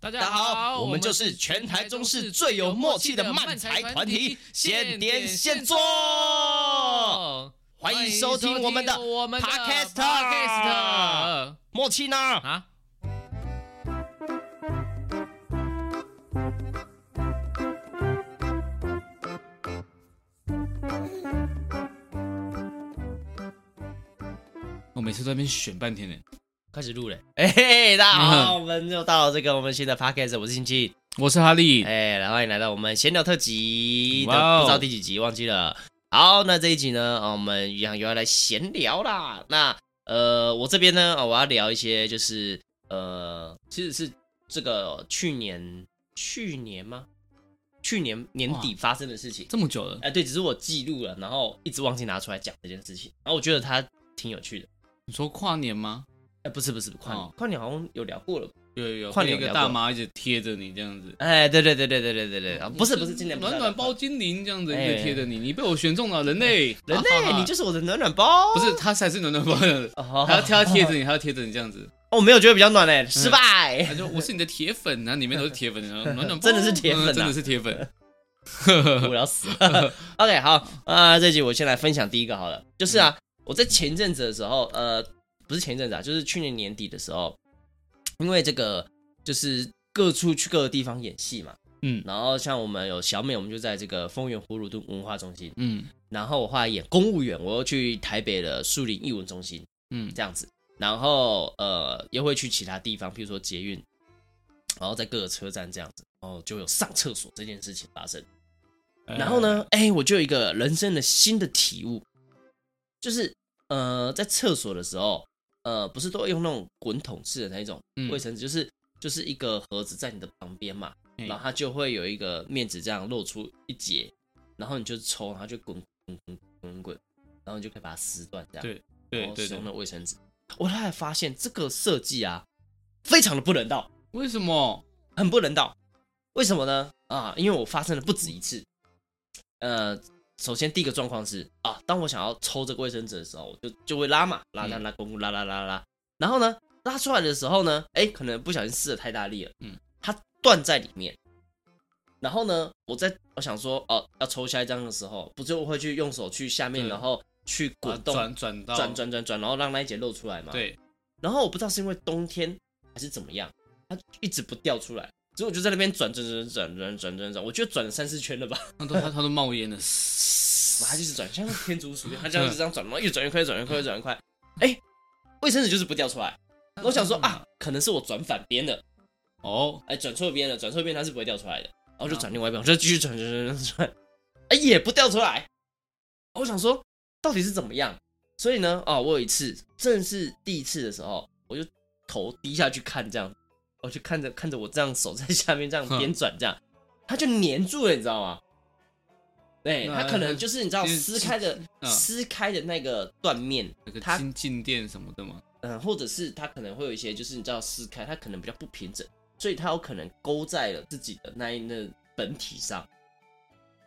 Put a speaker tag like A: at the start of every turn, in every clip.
A: 大
B: 大家
A: 家
B: 好，
A: 好，
B: 我们就是全台中市最有默契的漫才团体，现点现做。欢迎收听我们的
A: 我们的
B: Podcast
A: Podcast
B: 默契呢？
A: 啊。
C: 我每次都在那边选半天呢。
B: 开始录了。哎、嘿，大家好，我们又到了这个我们新的 podcast，我是星期。
C: 我是哈利，
B: 哎、欢迎来到我们闲聊特辑，
C: 哇哦
B: 不知道第几集忘记了。好，那这一集呢，啊，我们一样又要来闲聊啦。那呃，我这边呢，啊，我要聊一些就是呃，其实是这个去年去年吗？去年年底发生的事情。
C: 这么久了
B: 哎、，对，只是我记录了，然后一直忘记拿出来讲这件事情。然后我觉得它挺有趣的。
C: 你说跨年吗？
B: 哎、不是不是，跨年、
C: 哦
B: 跨年好像有聊过了。
C: 有有有，
B: 跨
C: 换
B: 年
C: 一
B: 有聊
C: 个大
B: 过
C: 妈一直贴着你这样子，
B: 哎、对对对对对对对对，啊不是不是，今年不是
C: 暖暖包精灵这样子一
B: 哎
C: 直贴着你，你被我选中了，人类，
B: 人
C: 啊哈哈
B: 类，
C: 哈
B: 你就是我的暖暖包。
C: 不是他才是暖暖包这样子，
B: 哦，
C: 还要贴他贴着你，还要贴着你这样子，
B: 哦，没有觉得比较暖嘞，失败。
C: 他说我是你的铁粉，然后里面都是铁粉，然后暖暖包
B: 真的是铁粉啊
C: 嗯真的是铁 粉，
B: 无聊死了。OK，好，啊、这集我先来分享第一个好了，就是啊，我在前阵子的时候，呃，不是前阵子啊，就是去年年底的时候，因为这个就是各处去各个地方演戏嘛，
C: 嗯
B: 然后像我们有小美，我们就在这个丰原葫芦墩文化中心，
C: 嗯
B: 然后我后来演公务员，我又去台北的树林艺文中心
C: 嗯，
B: 这样子，然后呃，又会去其他地方，譬如说捷运，然后在各个车站这样子，然后就有上厕所这件事情发生。然后呢，哎、我就有一个人生的新的体悟，就是呃，在厕所的时候，呃，不是都会用那种滚筒式的那一种
C: 嗯
B: 卫生纸，就是就是一个盒子在你的旁边嘛，
C: 哎，
B: 然后它就会有一个面纸这样露出一截，然后你就抽，然后它就滚滚滚滚滚，然后你就可以把它撕断这样。
C: 对对
B: 然后
C: 对
B: 哦使
C: 对
B: 用，的卫生纸。我后来发现这个设计啊，非常的不人道，
C: 为什么？
B: 很不人道。为什么呢？啊，因为我发生了不止一次。呃，首先第一个状况是啊，当我想要抽这个卫生纸的时候，我就就会拉嘛，拉
C: 嗯
B: 拉拉，公拉拉拉拉。然后呢，拉出来的时候呢，哎，可能不小心施的太大力了，
C: 嗯，
B: 它断在里面。然后呢，我在我想说，哦、要抽下一张的时候，不就会去用手去下面，
C: 对
B: 然后去滚动
C: 转转到
B: 转，转转转，然后让那一节露出来嘛。。
C: 对，
B: 然后我不知道是因为冬天还是怎么样，它一直不掉出来，所以我就在那边转转转转转转转转，我觉得转了三四圈了吧，
C: 他都他他都冒烟了，
B: 它就是转，像天竺鼠一样，它这样子这样转，然后越转越快，越转越快，越转越快，哎，卫生纸就是不掉出来。我想说啊，，可能是我转反边了，
C: 哦，
B: 哎，转错边了，转错边它是不会掉出来的，然
C: 啊
B: 后就转另外一边，我就继续转转转转转，哎，也不掉出来。我想说到底是怎么样？所以呢，哦，我有一次正是第一次的时候，我就头低下去看，这样，我就看着看着我这样手在下面这样
C: 哼
B: 边转这样，它就粘住了，你知道吗？对，
C: 那
B: 它可能就是你知道
C: 就是
B: 撕开的
C: 嗯
B: 撕开的那个断面，
C: 那个
B: 它
C: 进进店什么的嘛，
B: 嗯，或者是它可能会有一些就是你知道撕开它可能比较不平整，所以它有可能勾在了自己的那一那本体上，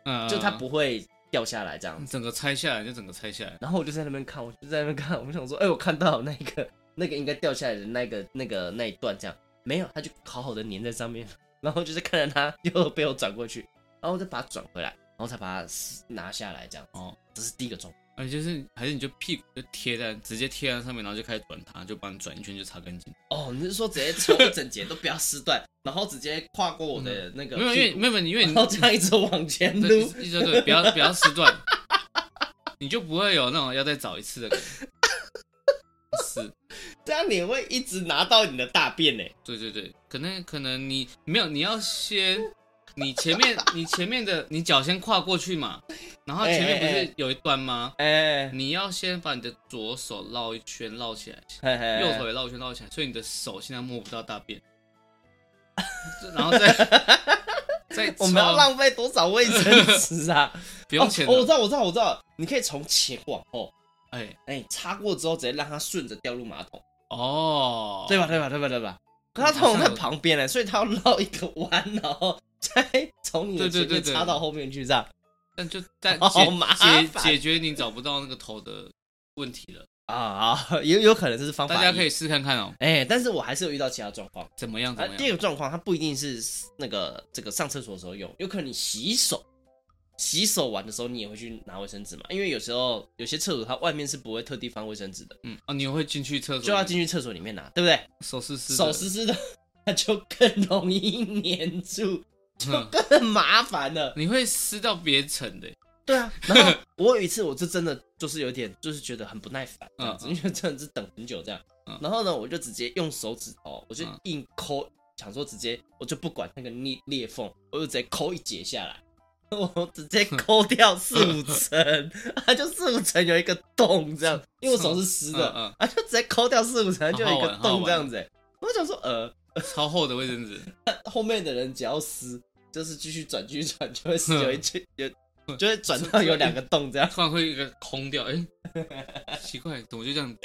C: 嗯，
B: 就它不会掉下来这样子。
C: 整个拆下来就整个拆下来，
B: 然后我就在那边看，我就在那边看，我就想说，哎、我看到那个那个应该掉下来的那个那个那一段这样，没有，它就好好的粘在上面，然后就是看着它又被我转过去，然后我再把它转回来，然后才把它撕拿下来这样。
C: 哦，
B: 这是第一个状况。
C: 而且哎就是还是你就屁股就贴在直接贴在上面，然后就开始转它，就帮你转一圈就擦干净。
B: 哦，你是说直接抽一整节都不要撕断，然后直接跨过我的那个
C: 嗯没有，因为
B: 屁股，
C: 没有，因为你
B: 然后这样一直往前
C: 对
B: 撸
C: 一。直一直对，不要不要撕断，你就不会有那种要再找一次的感觉。 是，
B: 这样你会一直拿到你的大便呢、
C: 对对对，可能可能你没有，你要先你前面 你前面的你脚先跨过去嘛，然后前面不
B: 哎哎
C: 是有一段吗？
B: 哎、
C: 你要先把你的左手绕一圈绕起来，
B: 嘿嘿
C: 右手也绕一圈绕起来，所以你的手现在摸不到大便， 然后再再
B: 我们要
C: 抽
B: 浪费多少卫生纸 啊？
C: 不用钱
B: 哦。哦，我知
C: 的，
B: 道，我知道，我知道，你可以从前往后，
C: 哎
B: 哎、擦过之后直接让它顺着掉入马桶，
C: 哦，
B: 对吧？对吧？对吧？对吧？可
C: 嗯
B: 它桶
C: 好
B: 在
C: 像有
B: 旁边呢，所以它要绕一个弯，然后 再从你的
C: 对对
B: 前面
C: 对对
B: 插到后面去，这样。
C: 但就但
B: 好
C: 解
B: 麻
C: 解
B: 烦
C: 解决你找不到那个头的问题了。
B: 啊啊，有有可能这是方法一。
C: 大家可以试看看哦，
B: 哎、但是我还是有遇到其他状况。
C: 怎么样？
B: 啊
C: 怎，么
B: 第
C: 样？
B: 二个状况，它不一定是那个这个上厕所的时候用，有可能你洗手，洗手完的时候你也会去拿卫生纸嘛，因为有时候有些厕所它外面是不会特地放卫生纸的，
C: 嗯，哦，你会进去厕所，
B: 就要进去厕所里面拿，对不对？
C: 手湿湿的，
B: 手湿湿的， 那就更容易粘住，
C: 嗯，
B: 更麻烦了。
C: 你会湿到别层的，
B: 对啊， 然后我有一次我就真的就是有点就是觉得很不耐烦这样子，
C: 嗯嗯
B: 因为真的是等很久这样
C: 嗯。
B: 然后呢，我就直接用手指头，我就
C: 嗯
B: 硬抠，想说直接我就不管那个裂裂缝，我就直接抠一截下来， 我直接抠掉四五层，
C: 嗯
B: 啊，就四五层有一个洞这样，因为我手是湿的，
C: 嗯嗯
B: 啊，就直接抠掉四五层就有一
C: 好好
B: 个
C: 玩好好
B: 洞
C: 玩
B: 这样子、欸。我想说，呃，
C: 嗯超厚的卫生纸，
B: 后面的人只要撕，就是继续转，继续转，就会撕
C: 嗯
B: 有一圈有。就会转到有两个洞这样，
C: 突然会一个空掉，哎、奇怪，怎么就这样？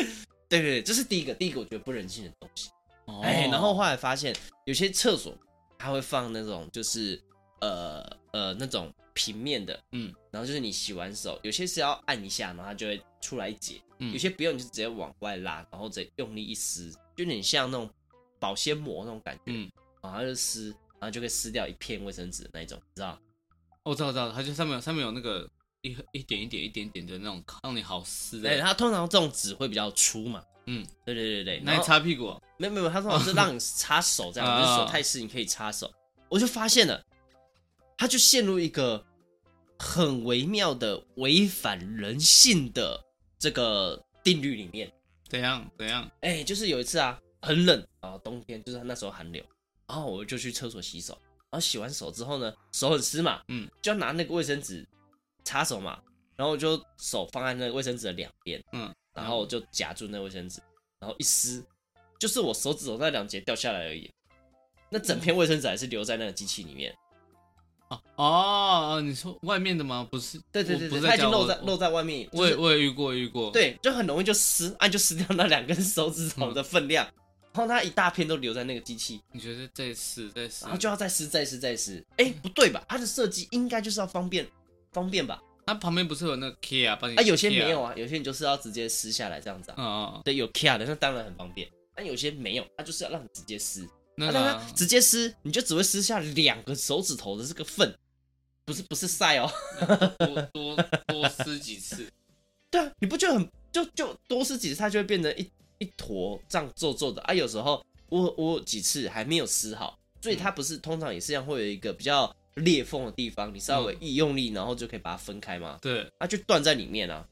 B: 对对对，这是第一个，第一个我觉得不人性的东西。
C: 哦
B: 哎、然后后来发现有些厕所它会放那种就是呃呃那种平面的，
C: 嗯，
B: 然后就是你洗完手，有些是要按一下，然后它就会出来一截，
C: 嗯
B: 有些不用你就直接往外拉，然后直接用力一撕，就有点像那种保鲜膜那种感觉，
C: 嗯，
B: 然后它就撕，然后就会撕掉一片卫生纸的那一种，你知道？
C: 哦我知道，我知道，它就上面有上面有那个一一点一点一点点的那种，让你好湿
B: 对，
C: 的，
B: 它通常这种纸会比较粗嘛，
C: 嗯，
B: 对对对对，
C: 那
B: 然
C: 你
B: 后
C: 擦屁股哦、
B: 没有没有，他通常是让你擦手这样，
C: 啊
B: 就是手太湿，你可以擦手。我就发现了，他就陷入一个很微妙的违反人性的这个定律里面。
C: 怎样怎样？
B: 哎，就是有一次啊，很冷啊，冬天就是那时候寒流，然后我就去厕所洗手，然后洗完手之后呢，手很湿嘛，
C: 嗯，
B: 就要拿那个卫生纸擦手嘛，然后我就手放在那个卫生纸的两边，
C: 嗯，
B: 然后我就夹住那卫生纸，然后一撕，就是我手指头那两节掉下来而已。那整片卫生纸还是留在那个机器里面，
C: 哦哦，你说外面的吗？不是，
B: 对对对
C: 我不
B: 对，
C: 是
B: 它已
C: 讲
B: 经露在
C: 我
B: 露在外面，
C: 我
B: 就
C: 也
B: 是
C: 我也遇过遇过，，
B: 对，就很容易就撕，按就撕掉那两根手指头
C: 嗯
B: 的分量，然后它一大片都留在那个机器，
C: 你觉得再试再试
B: 然，后就要再撕再撕再撕，哎、不对吧？它的设计应该就是要方便方便吧？
C: 它啊旁边不是有那个 K 啊，帮你
B: 啊，有些没有
C: 啊，
B: 啊，有些你就是要直接撕下来这样子啊，
C: 嗯嗯，
B: 对，有 K 的那当然很方便，但有些没有，它就是要让你直接撕。
C: 那个
B: 那
C: 啊
B: 它直接撕，你就只会撕下两个手指头的这个份，不是不是晒哦。
C: 多多多撕几次，
B: 对啊，你不觉得很就就多撕几次，它就会变成一一坨这样皱皱的啊？有时候我我有几次还没有撕好，所以它不是通常也是这样会有一个比较裂缝的地方，你稍
C: 嗯
B: 微一用力，然后就可以把它分开嘛，
C: 对，
B: 它就断在里面啊。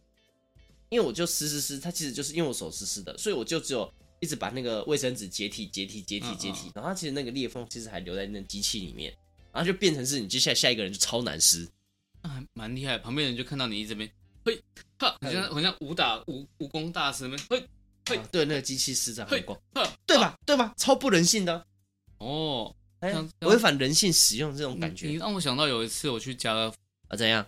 B: 因为我就撕撕撕，它其实就是因为我手湿湿的，所以我就只有一直把那个卫生纸解体解体解体
C: 嗯
B: 解体
C: 嗯，
B: 然后它其实那个裂缝其实还留在那机器里面，然后就变成是你接下来下一个人就超难撕。
C: 那还啊蛮厉害，旁边人就看到你一直边，嘿，哈，很像很像武打武武功大师们，嘿，嘿
B: 啊对，那个机器施展很
C: 嘿
B: 广，
C: 哈，
B: 对吧？对吧？超不人性的啊。
C: 哦，
B: 哎
C: 这
B: 呀
C: 样，这样
B: 违反人性使用这种感
C: 你你
B: 觉
C: 让我想到有一次我去家乐福，
B: 啊？怎样？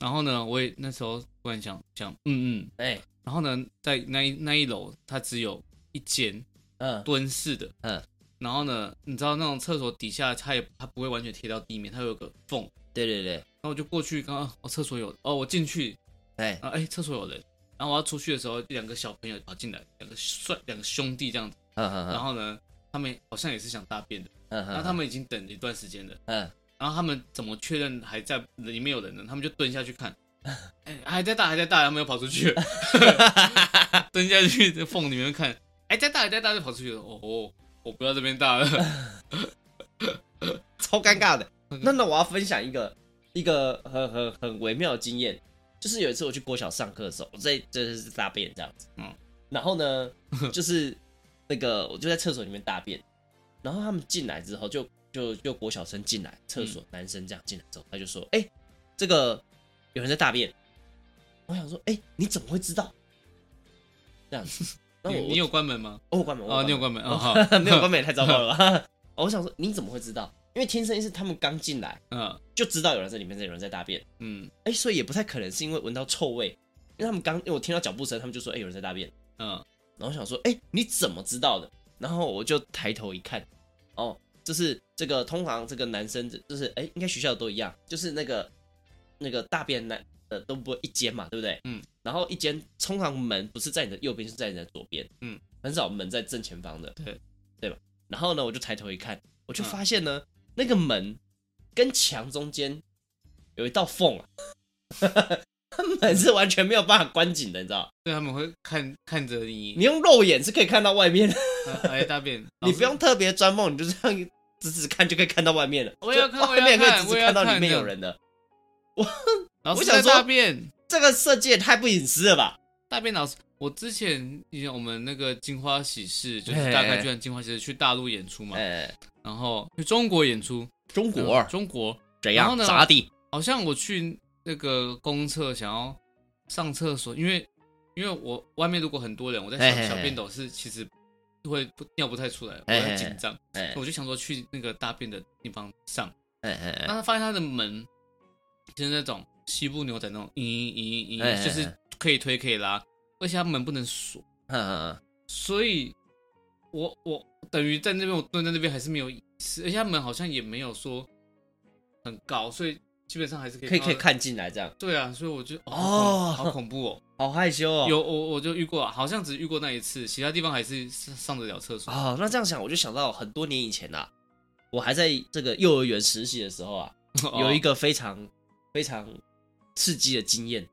C: 然后呢，我也那时候突然想想，嗯嗯，
B: 哎，
C: 然后呢，在那一那一楼它只有一间
B: 嗯，
C: 蹲式的，
B: 嗯，
C: 然后呢，你知道那种厕所底下它也它不会完全贴到地面，它有个缝，
B: 对对对，
C: 然后我就过去，刚刚啊哦厕所有哦，我进去
B: 哎，
C: 啊，哎厕所有人，然后我要出去的时候，两个小朋友跑进来，两个帅两个兄弟这样子，
B: 嗯嗯
C: 然
B: 嗯
C: 后呢，他们好像也是想大便的，
B: 嗯，
C: 然后他们已经等一段时间了。
B: 嗯，
C: 然后他们怎么确认还在里面有人呢？他们就蹲下去 看，哎、还在大，还在大，他们又跑出去，蹲下去在缝里面看，还在大，还在大，就跑出去了。哦哦，我不要这边大 了，
B: 超尴尬的。
C: 嗯
B: 那那我要分享一个一个很很很微妙的经验，就是有一次我去国小上课的时候，我在就是大便这样子，嗯
C: 嗯，
B: 然后 呢，就是那个我就在厕所里面大便，然后他们进来之后就就就国小生进来厕
C: 嗯
B: 所，男生这样进来之后，他就说，哎，这个有人在大便，我想说，哎，你怎么会知道？这样子， 那
C: 你
B: 我
C: 你有关门吗？
B: 哦，我关门
C: 哦，你有关门哦，好，
B: 没有关门也太糟糕了 吧？哦我想说你怎么会知道？因为天生是他们刚进来
C: 嗯
B: 就知道有人在里面，有人在大便，
C: 嗯
B: 哎、所以也不太可能是因为闻到臭味，因为他们刚因为我听到脚步声，他们就说哎、诶有人在大便，
C: 嗯，
B: 然后我想说哎、诶你怎么知道的？然后我就抬头一看，哦，就是这个通常这个男生就是哎、诶应该学校都一样，就是那个那个大便男呃都不会一间嘛，对不对？
C: 嗯，
B: 然后一间通常门不是在你的右边，是在你的左边，
C: 嗯，
B: 很少门在正前方的，
C: 对嗯
B: 对吧？然后呢，我就抬头一看，我就发现呢，那个门跟墙中间有一道缝啊， 它门是完全没有办法关紧的，你知道？
C: 对，他们会看看着你，
B: 你用肉眼是可以看到外面的，
C: 啊哎，大便，
B: 你不用特别钻梦，你就这样直直看就可以看到外面了。
C: 我也要看
B: 就外面也可
C: 我也要
B: 以
C: 看
B: 直直看到
C: 我也要看
B: 里面有
C: 这样
B: 人的，
C: 老师，
B: 我
C: 老师
B: 想
C: 在
B: 说
C: 大便，
B: 这个设计也太不隐私了吧？
C: 大便老师。我之前以前我们那个金花喜事，就是大
B: 哎
C: 概剧团金花喜事去大陆演出嘛，
B: 哎，
C: 然后去中国演出，
B: 中国
C: 嗯嗯中国
B: 怎
C: 然后
B: 样
C: 呢
B: 咋地？
C: 好像我去那个公厕想要上厕所，因为因为我外面如果很多人，我在
B: 嘿嘿嘿
C: 小小便斗是其实会不尿不太出来，我
B: 嘿嘿嘿
C: 很紧张，
B: 哎
C: 我就想说去那个大便的地方上，
B: 哎哎哎
C: 但他发现他的门就是那种西部牛仔那种，咦咦咦
B: 哎哎哎
C: 咦，就是可以推可以拉，而且他门不能锁，
B: 嗯嗯嗯
C: 所以我我等于在那边我蹲在那边还是没有意思，而且他门好像也没有说很高，所以基本上还是可以
B: 可以可以
C: 到
B: 看进来这样，
C: 对啊，所以我就
B: 哦
C: 哦，好恐好恐怖哦！
B: 好害羞 哦。
C: 有我我就遇过，好像只遇过那一次，其他地方还是上上得了厕所。
B: 哦，那这样想我就想到很多年以前啊，我还在这个幼儿园实习的时候 啊，有一
C: 个，
B: 个非常非常刺激的经验，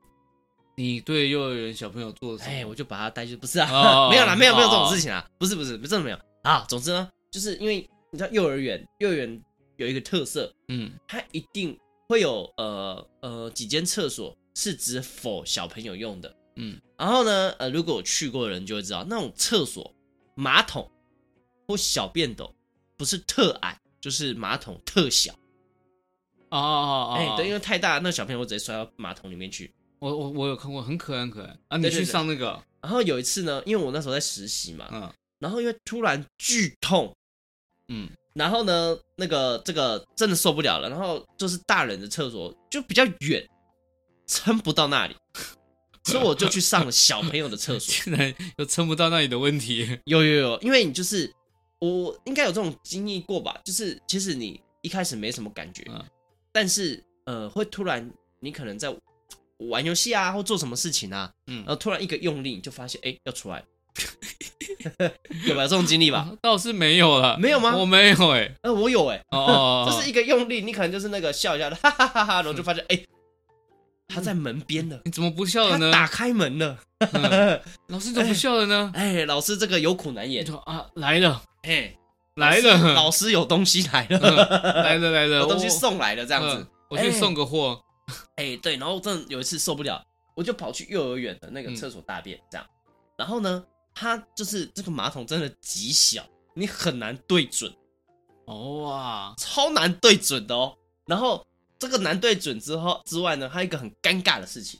C: 你对幼儿园小朋友做的什么？
B: 哎，我就把他带去，不是啊，
C: 哦
B: 没有啦，没有没有这种
C: 哦
B: 事情啊，不是不是，真的没有啊。总之呢，就是因为你知道幼儿园，幼儿园有一个特色，
C: 嗯
B: 它一定会有呃呃几间厕所是只否小朋友用的。
C: 嗯，
B: 然后呢，呃，如果有去过的人就会知道，那种厕所马桶或小便斗不是特矮，就是马桶特小。
C: 哦哦哦，
B: 哎、对，因
C: 为
B: 为太大，那小朋友会直接摔到马桶里面去。
C: 我我我有看过，很可爱很可爱啊！
B: 对
C: 你
B: 对
C: 去
B: 对
C: 上那个，
B: 然后有一次呢，因为我那时候在实习嘛，
C: 嗯
B: 然后因为突然剧痛，
C: 嗯，
B: 然后呢，那个这个真的受不了了，然后就是大人的厕所就比较远，撑不到那里， 所以我就去上了小朋友的 厕所。
C: 竟然又撑不到那里的问题。
B: 有有有，因为你就是我应该有这种经历过吧，就是其实你一开始没什么感觉，
C: 嗯
B: 但是呃，会突然你可能在玩游戏啊，或做什么事情啊，
C: 嗯
B: 然后突然一个用力，你就发现哎、要出来， 有没有这种经历吧？
C: 啊 倒是没有了，
B: 没有吗
C: 我没有哎、
B: 呃，我有哎、
C: 哦哦哦
B: 就是一个用力，你可能就是那个笑一下，哈哈哈哈，然后就发现哎、他在门边了，
C: 你怎么不笑了
B: 他
C: 嗯呢？
B: 打开门了，
C: 嗯老师怎么不笑了呢？
B: 哎、老师这个有苦难
C: 你
B: 言，
C: 说啊，来了
B: 哎、
C: 来了，嗯
B: 老师有东西来了，
C: 来了来了，
B: 有东西
C: 我
B: 送来了这样子。
C: 嗯我去
B: 哎
C: 送个货。
B: 哎、对，然后真的有一次受不了，我就跑去幼儿园的那
C: 嗯
B: 个厕所大便，这样。然后呢，它就是这个马桶真的极小，你很难对准，
C: 哦哇，
B: 超难对准的哦。然后这个难对准之后之外呢，还有一个很尴尬的事情，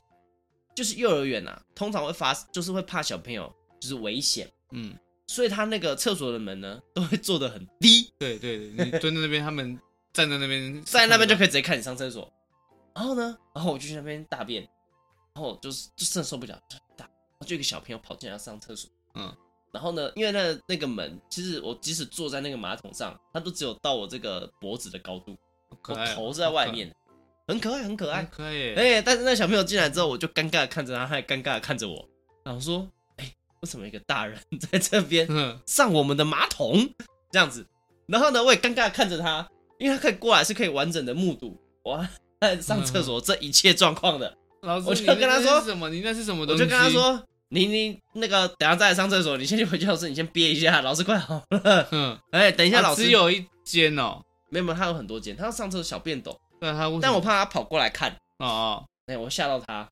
B: 就是幼儿园啊，通常会发，就是会怕小朋友就是危险，
C: 嗯，
B: 所以他那个厕所的门呢，都会做的很低，
C: 对对，对，你蹲在那边，他们站在那 边，
B: 在那边就可
C: 以。
B: 以直接看你上厕所。然后呢，然后我就去那边大便，然后我就是就真的受不了，就大，然后就有一个小朋友跑进来要上厕所，
C: 嗯，
B: 然后呢，因为那那个门，其实我即使坐在那个马桶上，它都只有到我这个脖子的高度，
C: 可
B: 我
C: 爱哦
B: 头是在外，面，很啊可爱，很可
C: 可爱，
B: 爱
C: 很。可爱耶。
B: 哎、但是那小朋友进来之后，我就尴尬的看着他，他也尴尬的看着我，然后说，哎、为什么一个大人在这 边
C: 嗯，
B: 上我们的马桶这样子。然后呢，我也尴尬地看着他，因为他可以过来是可以完整的目睹我在上厕所这一切状况的。
C: 老师，
B: 我就
C: 你
B: 跟他
C: 那是
B: 说
C: 什么？你那是什么
B: 我
C: 东西？
B: 就跟他，说：“你你那个等下再来上厕所，你先去回教室，你先憋一下，老师快好了。
C: 嗯，
B: 哎，等一
C: 你
B: 下老师
C: 只有一间哦，
B: 没有没有，他有很多间，他要上厕所小便斗，
C: 但他为什
B: 但我
C: 么
B: 怕他跑过来看，
C: 哦
B: 哎，我吓到他。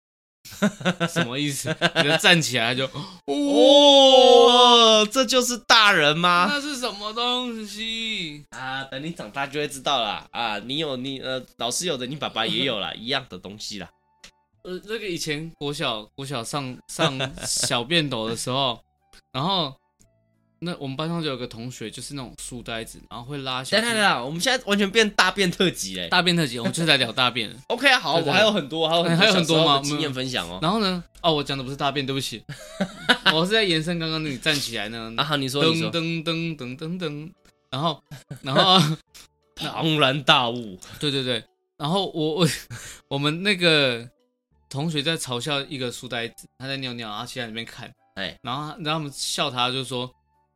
C: 哦，什么意思？ 你就站起来他 就哦，
B: 哦，这就是大人吗？
C: 那是什么东西？
B: 啊，等你长大就会知道啦。啊，你有你呃，老师有的，你爸爸也有啦，一样的东西啦。
C: 呃，那个以前国小国小上 上小便斗的时候，然后那我们班上就有个同学就是那种书呆子，然后会拉小
B: 等等等
C: 便
B: 等，我们现在完全变大变特辑嘞。
C: 大便特辑，我们就在聊大便了。
B: OK，啊，好，
C: 对对
B: 我还有很多，还有很
C: 还有很多吗
B: 小时
C: 我
B: 候的
C: 们
B: 经验分享哦。
C: 然后呢？哦，我讲的不是大便，对不 起，我是在延伸刚刚那你站起来呢，
B: 啊，好，你说你
C: 噔
B: 说，
C: 噔噔噔噔噔，然后， 然后，
B: 庞然大物，
C: 对对对，然后我我我们那个同学在嘲笑一个书呆子，他在尿尿，然后其他人在那边看，
B: 哎，
C: 然后他然后他们笑他，就说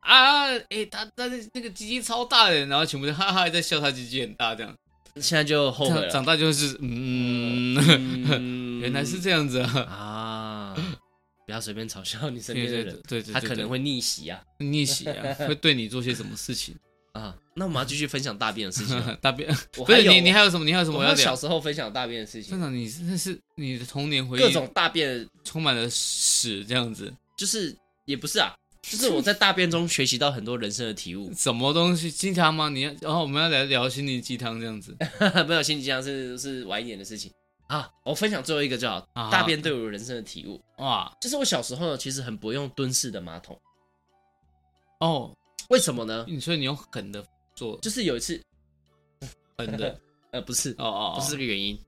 C: 啊，哎、他他那那个鸡鸡超大的，然后全部就 哈哈在笑他鸡鸡很大这样，
B: 现在就后悔
C: 长
B: 了
C: 长。大就是嗯，
B: 嗯
C: 原来是这样子 啊，
B: 啊！不要随便嘲笑你身
C: 对
B: 边的
C: 对
B: 人，
C: 对对，
B: 他可能
C: 会
B: 会逆袭啊
C: 逆袭 啊，会对你做些什么事情？
B: 啊！那我们要继续分享大便的事情了。
C: 大便
B: 我
C: 不
B: 还
C: 是
B: 有啊
C: 你你还有什么你还有什么
B: 我
C: 要
B: 还有小
C: 聊？
B: 时候分享大便的事
C: 真
B: 情，
C: 的，你那是你的童年回
B: 各
C: 忆，
B: 种大便
C: 充满了屎这样子，。
B: 就是也不是啊，就是我在大便中学习到很多人生的体悟
C: 什么东西鸡汤吗？你要，然、后我们要来聊心灵鸡汤这样 子。
B: 没有心情讲是是晚一点的事情啊。我分享最后一个就好，
C: 啊
B: 大便对我人生的体悟，
C: 哇
B: 就是我小时候呢其实很不用蹲式的马桶，
C: 哦，
B: 为什么呢？
C: 你说你用狠的做
B: 就是有一次，
C: 狠的
B: 呃，不是，
C: 哦哦，
B: 不是这个原因，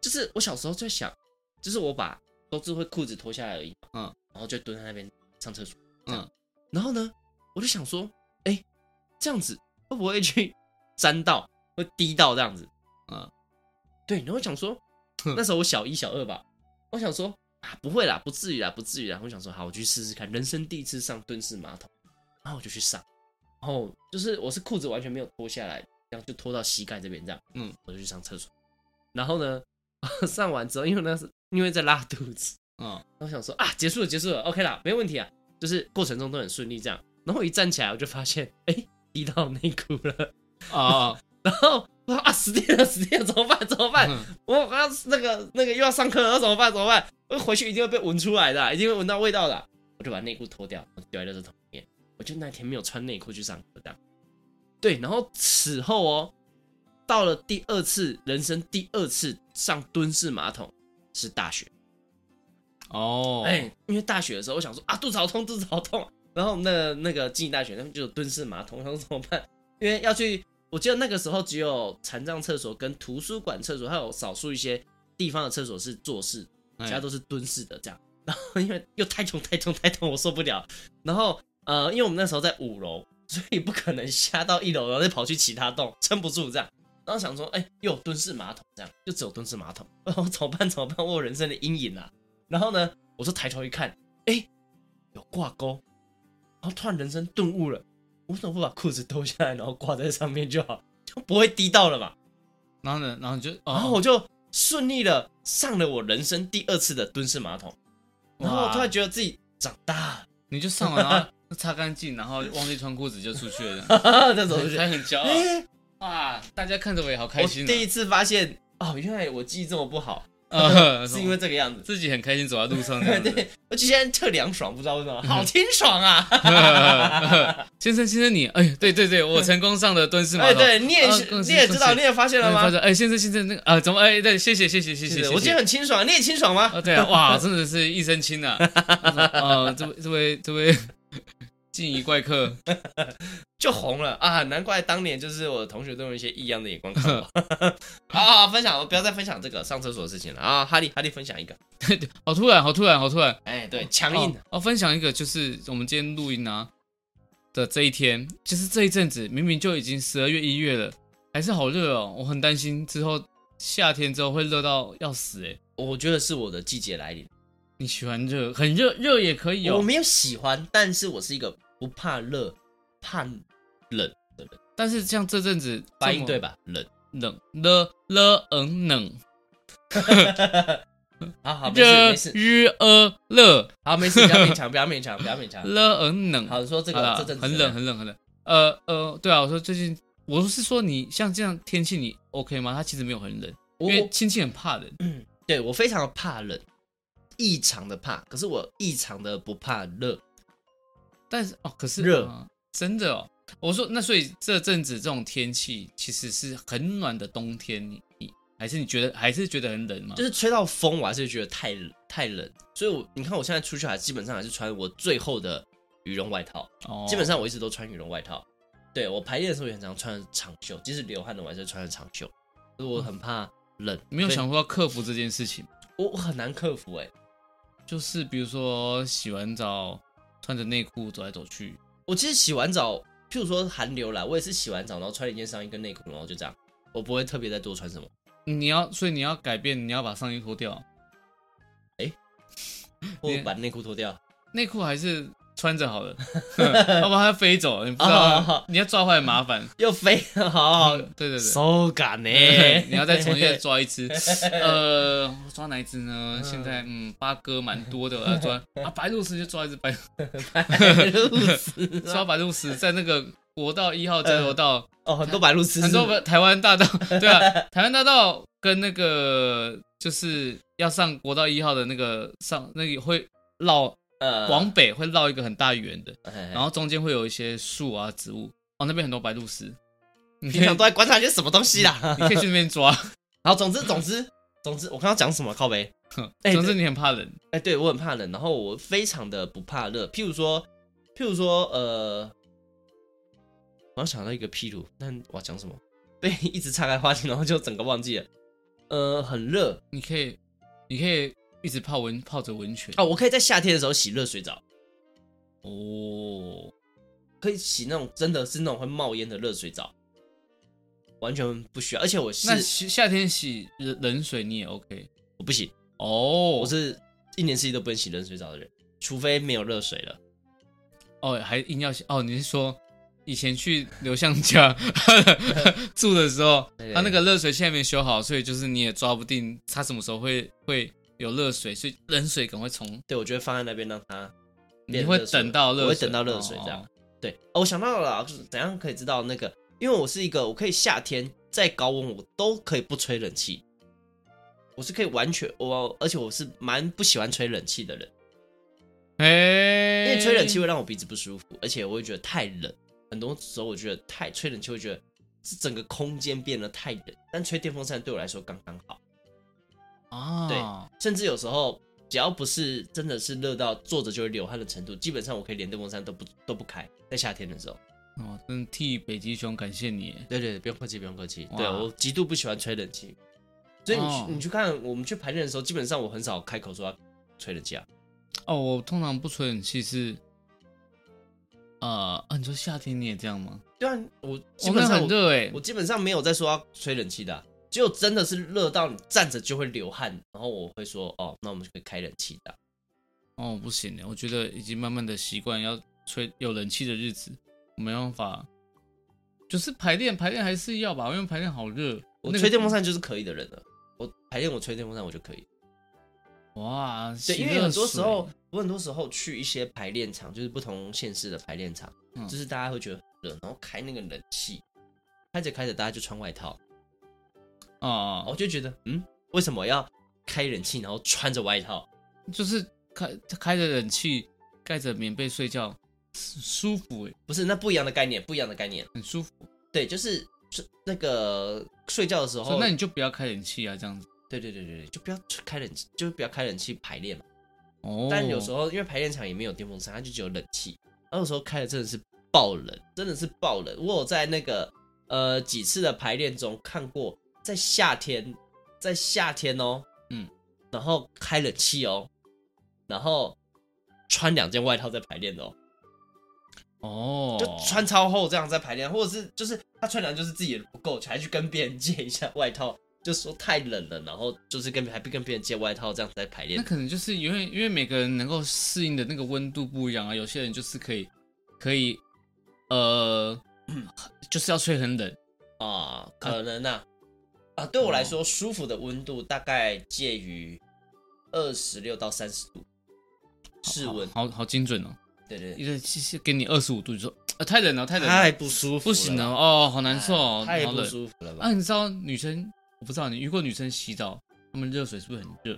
B: 就是我小时候在想，就是我把都只会裤子脱下来而已，
C: 嗯，
B: 然后就蹲在那边上厕所，
C: 嗯
B: 嗯，然后呢，我就想说，哎、这样子会不会去 沾到，会滴到这样子？
C: 嗯，
B: 对，然后我想说，
C: 哼
B: 那时候我小一小二吧，我想说啊，不会啦，不至于啦，不至于啦，我想说好，我去试试看，人生第一次上蹲式马桶，然后我就去上，然后就是我是裤子完全没有脱下来，然后就脱到膝盖这边这样，
C: 嗯，
B: 我就去上厕所。然后呢， 上完之后，因为那是因为在拉肚子，
C: 嗯
B: 然后想说啊，结束了，结束了，OK 啦，没问题啊，就是过程中都很顺利这样。然后我一站起来，我就发现，哎、滴到内裤了。
C: 哦，
B: 然后我说啊，死定了，死定了，怎么办？怎么办？
C: 嗯
B: 我我要那个那个又要上课了，要怎么办？怎么办？我回去一定会被闻出来的啊、一定会闻到味道的啊、我就把内裤脱掉，我丢在垃圾桶里面。我就那天没有穿内裤去上课，这样。对，然后此后哦，到了第二次人生第二次上蹲式马桶是大学，
C: 哦，
B: 哎、因为大学的时候我想说啊，肚子好痛，肚子好痛。然后那那个进大学，他们就有蹲式马桶， 我想说怎么办？因为要去，我记得那个时候只有残障厕所跟图书馆厕所，还有少数一些地方的厕所是坐式，
C: 哎，
B: 其他都是蹲式的这样。然后因为又太痛太痛太痛，我受不了。然后呃，因为我们那时候在五楼，所以不可能下到一楼，然后再跑去其他栋，撑不住这样。然后想说，哎、又有蹲式马桶这样，就只有蹲式马桶，然后怎么办？怎么办？我有人生的阴影啊！然后呢，我就抬头一看，哎、有挂钩，然后突然人生顿悟了，我为什么不把裤子脱下来，然后挂在上面就好，就不会滴到了嘛？
C: 然后呢，然后你就，哦、
B: 然后我就顺利的上了我人生第二次的蹲式马桶，
C: 哇
B: 然后我突然觉得自己长大
C: 你就 上完，然后擦干净，然后忘记穿裤子就出去了，
B: 了，那种
C: 这样还
B: 觉
C: 很骄傲
B: 哎，
C: 哇！大家看着我也好开
B: 我
C: 心、
B: 第一次发现哦，原来我记忆这么不好，
C: 啊，
B: 是因为这个样子。
C: 自己很开心走在路上这样子。 嗯
B: 对，而且现在特凉爽，不知道为什么，好清爽啊！
C: 先生，先生你，哎，对对对，我成功上了蹲式马
B: 哎，
C: 桶。
B: 对，你也
C: 啊
B: 是
C: 恭喜
B: 你也知
C: 恭
B: 道，
C: 喜
B: 你也发现了
C: 哎发
B: 吗？
C: 现哎，先生，先生，那个啊，怎么？哎，对，谢谢，谢谢，谢谢，
B: 是
C: 谢
B: 我
C: 谢
B: 觉得很清爽，你也清爽吗？
C: 啊，对啊，哇，真的是一身轻啊！啊，这位这位这位静怡怪客，
B: 就红了啊！难怪当年就是我的同学都用一些异样的眼光 看我。好好好，分享，不要再分享这个上厕所的事情了啊！哈利，哈利分享一个，
C: 好突然，好突然，好突然！
B: 哎，对，强
C: 哦
B: 硬的，
C: 哦，分享一个，就是我们今天录音啊的这一天，就是这一阵子，明明就已经十二月一月了，还是好热哦，我很担心之后夏天之后会热到要死哎、
B: 我觉得是我的季节来临。
C: 你喜欢热，很热，热也可以
B: 我
C: 哦。
B: 没有喜欢，但是我是一个不怕热、怕冷的人，
C: 但是像这阵子
B: 发
C: 这
B: 音
C: 么
B: 对吧？冷，
C: 冷了了嗯冷
B: 好好，没事
C: 热
B: 没事，
C: 日呃热
B: 好 没事，不要勉强，不要勉强，不要勉强。
C: 了嗯冷。
B: 好，你说这
C: 好
B: 个
C: 啦
B: 这阵子
C: 很
B: 怎
C: 冷
B: 么样，
C: 很冷很冷。呃呃，对啊，我说最近我是说你像这样天气你 OK 吗？它其实没有很冷，因
B: 我
C: 为
B: 我嗯
C: 亲戚很怕冷。
B: 对我非常的怕冷，异常的怕，可是我异常的不怕热。
C: 但是哦，可是
B: 热
C: 啊真的哦。我说那所以这阵子这种天气其实是很暖的冬天，你你还是你觉得还是觉得很冷吗？
B: 就是吹到风，我还是觉得太冷太冷，所以我你看我现在出去还基本上还是穿我最厚的羽绒外套，
C: 哦
B: 基本上我一直都穿羽绒外套。对我排练的时候也很常穿长袖，即使流汗了我还是穿着长袖，所以我很怕冷。
C: 嗯没有
B: 所以
C: 想过要克服这件事情，
B: 我我很难克服哎、
C: 就是比如说洗完澡穿着内裤走来走去，
B: 我其实洗完澡，譬如说寒流来，我也是洗完澡然后穿一件上衣跟内裤，然后就这样，我不会特别再多穿什么。
C: 你要所以你要改变，你要把上衣脱掉。
B: 或把内裤脱掉。
C: 内裤还是穿着 好了，要不然它飞走，你不知道，你要抓回来麻烦。
B: 又飞，好，
C: 嗯对对对，
B: 手感欸呢？
C: 你要再重新再抓一 只，呃，我抓哪一只呢？现在嗯，八哥蛮多的，我要 抓啊，白鹭鸶就抓一只白，
B: 鹭丝
C: 抓嗯白鹭鸶，在那个国道一号交流道，
B: 哦，很多白鹭丝，
C: 很多台湾 大道，对啊，台湾大道跟那个就是要上国道一号的那个上那个会绕
B: 呃
C: 往北会绕一个很大圆的，然
B: 然
C: 后中间会有一些树啊植物，哦，那边很多白鹭鸶，你可
B: 平
C: 以
B: 常 都在观察些什么东西啦。
C: 你可以去那边抓，
B: 好，总之总之总之，我刚刚讲什么靠背？哎
C: 总之你很怕冷。
B: 哎，对我很怕冷，然后我非常的不怕热。譬如说，譬如说，呃，我要想到一个譬如，但我要讲什么？被一直岔开话题，然后就整个忘记了。呃，很热
C: 你可以，你可以一直泡温泡着温泉
B: 哦，我可以在夏天的时候洗热水澡。哦，可以洗那种真的是那种会冒烟的热水澡，完全不需要。而且我是
C: 那夏夏天洗冷冷水你也 OK
B: 我不洗，
C: 哦。
B: 我是一年四季都不能洗冷水澡的人，除非没有热水了。
C: 哦，还硬要洗哦？你是说以前去刘向家 住的时候啊
B: 对，
C: 他那个热水器还没修好，所以就是你也抓不定他什么时候会会有热水，所以冷水赶快冲，
B: 对，我就会放在那边让它
C: 你
B: 变热水。
C: 会等到热水，
B: 我会等到热水这样。
C: 哦。
B: 对，哦，我想到了啦，就是怎样可以知道那个？因为我是一个，我可以夏天再高温我都可以不吹冷气，我是可以完全我，而且我是蛮不喜欢吹冷气的人，
C: 哎，
B: 因为吹冷气会让我鼻子不舒服，而且我会觉得太冷。很多时候我觉得太吹冷气会觉得是整个空间变得太冷，但吹电风扇对我来说刚刚好。
C: 啊，
B: 对甚至有时候只要不是真的是热到坐着就会流汗的程度，基本上我可以连电风扇都不都不开，在夏天的时候。
C: 哦，
B: 嗯
C: 真的替北极熊感谢你。
B: 对对，对不用客气，不用客气。
C: 哇
B: 对我极度不喜欢吹冷气，所以你去、
C: 哦
B: 你去看我们去排练的时候，基本上我很少开口说要吹冷气啊。
C: 哦，我通常不吹冷气是，呃，啊，你说夏天你也这样吗？
B: 对啊，我基
C: 我们
B: 本上我,、
C: 哦很热哎、
B: 基本上没有在说要吹冷气的啊、只有真的是热到你站着就会流汗，然后我会说哦，那我们就可以开冷气的啊、
C: 哦，不行了，我觉得已经慢慢的习惯要吹有冷气的日子，我没办法，就是排练排练还是要吧，因为排练好热。
B: 我
C: 那个
B: 吹电风扇就是可以的人了。我排练我吹电风扇我就可以。
C: 哇，
B: 对，
C: 洗
B: 因为
C: 热
B: 很多
C: 水
B: 时候，我很多时候去一些排练场，就是不同县市的排练场，
C: 嗯
B: 就是大家会觉得很热，然后开那个冷气，开着开着大家就穿外套，
C: 啊、
B: 我就觉得，嗯，为什么要开冷气，然后穿着外套？
C: 就是开开着冷气，盖着棉被睡觉，舒服哎、
B: 不是，那不一样的概念，不一样的概念。
C: 很舒服。
B: 对，就是是那个睡觉的时
C: 所以
B: 候，
C: 那你就不要开冷气啊，这样子。
B: 对对对对对，就不要开冷气，就是不要开冷气排练嘛。
C: 哦，
B: 但有时候因为排练场也没有电风扇，它就只有冷气，然后有时候开的真的是爆冷，真的是爆冷。我有在那个呃几次的排练中看过，在夏天，在夏天哦，
C: 嗯，
B: 然后开冷气哦，然后穿两件外套在排练的哦，
C: 哦，
B: 就穿超厚这样在排练，或者是就是他穿凉就是自己也不够，还去跟别人借一下外套，就说太冷了，然后就是跟还不跟别人借外套这样子在排
C: 那
B: 练。
C: 可能就是因为因为每个人能够适应的那个温度不一样啊，有些人就是可以可以呃， 就是要吹很冷
B: 啊，可能啊，啊，对
C: 哦
B: 我来说，舒服的温度大概介于二十六到三十度，室温。
C: 好好好精准哦。
B: 对对
C: 一
B: 对，
C: 个其实给你二十五度，你说呃太冷了，太冷
B: 太
C: 了，
B: 不舒服了，哎
C: 不行了哦，好难受哦，
B: 太
C: 好
B: 不
C: 冷
B: 舒服了吧
C: 啊！？你知道女生，我不知道你遇过女生洗澡，她们热水是不是很热？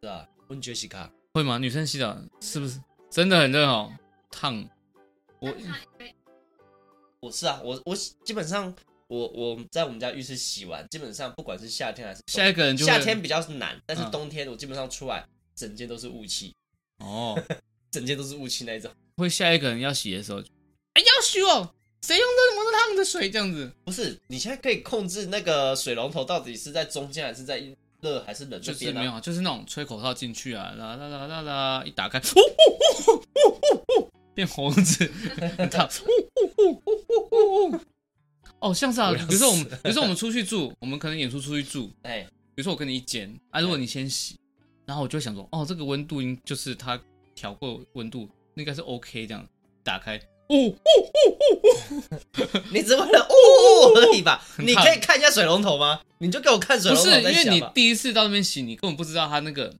B: 是啊，问杰西卡，
C: 会吗？女生洗澡是不是真的很热哦？烫，我
B: 哎我是啊，我我基本上我我在我们家浴室洗完，基本上不管是夏天还是冬
C: 下一个人就会
B: 夏天比较难，但是
C: 嗯
B: 冬天我基本上出来整间都是雾气，
C: 哦，
B: 整间都是雾气那一种。
C: 会下一个人要洗的时候就，哎、要洗哦，谁用这么烫的水这样子？
B: 不是，你现在可以控制那个水龙头到底是在中间还是在热还是冷这
C: 就是
B: 边啊
C: 没有，就是那种吹口哨进去啊，啦啦啦啦啦，一打开，呼呼呼呼呼呼，变猴子， 很烫，呼呼呼呼呼呼。哦，像是啊，
B: 无聊
C: 比如说我们，
B: 死了
C: 比如说我们出去住，我们可能演出出去住，
B: 哎，
C: 比如说我跟你一间啊，如果你先洗，然后我就想说，哦，这个温度应就是它调过温度，应该是 OK 这样。打开，哦，
B: 你只为了哦而 已吧？你可以看一下水龙头吗？你就给我看水
C: 不
B: 龙头
C: 是因
B: 在啊
C: 为
B: 响
C: 你
B: 吧。
C: 第一次到那边洗，你根本不知道它那个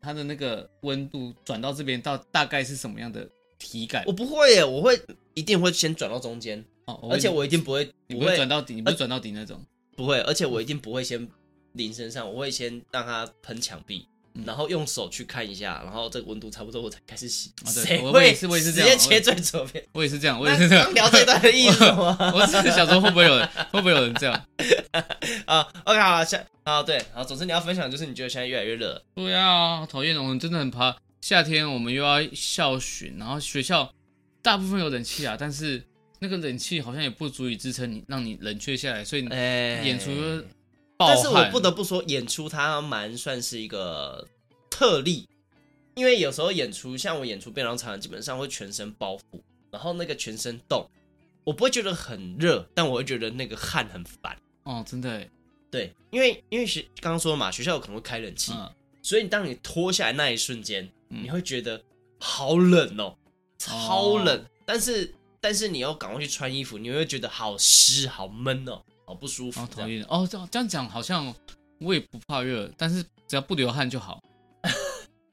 C: 它的那个温度转到这边到大概是什么样的体感
B: 我。不会耶，我会一定会先转到中间，
C: 哦，
B: 而且
C: 问
B: 我一定不会，
C: 你你
B: 不
C: 不会
B: 会
C: 转到底，你不是转到底那种。
B: 不会，而且我一定不会先淋身上，我会先让它喷墙壁。
C: 嗯
B: 然后用手去看一下，然后这个温度差不多，我才开始洗。
C: 啊对
B: 谁
C: 我我
B: 会
C: 也是我也是
B: 直
C: 这
B: 接
C: 样我
B: 切
C: 也
B: 最左边？
C: 我也是这样，我也
B: 那
C: 是这样
B: 刚。聊这段的意思是什么
C: 我只是想说会不会有人，会不会有人这样？
B: 啊？OK，好了，下啊对，好，总之你要分享就是你觉得现在越来越热了，
C: 对啊，讨厌，我们真的很怕夏天，我们又要校巡，然后学校大部分有冷气啊，但是那个冷气好像也不足以支撑你，让你冷却下来，所以你
B: 哎，
C: 演出就爆
B: 但是我
C: 汗
B: 不得不说，演出它蛮算是一个特例，因为有时候演出像我演出变狼场，基本上会全身包覆，然后那个全身动，我不会觉得很热，但我会觉得那个汗很烦。
C: 哦，真的耶，
B: 对，因为因为学刚刚说嘛，学校有可能会开冷气，
C: 嗯，
B: 所以你当你脱下来那一瞬间，
C: 嗯
B: 你会觉得好冷哦，超冷。但是但是你要赶快去穿衣服，你会觉得好湿、好闷哦，好不舒服
C: 然后
B: 这
C: 讨
B: 样。
C: 厌哦，这样这样讲好像我也不怕热，但是只要不流汗就好，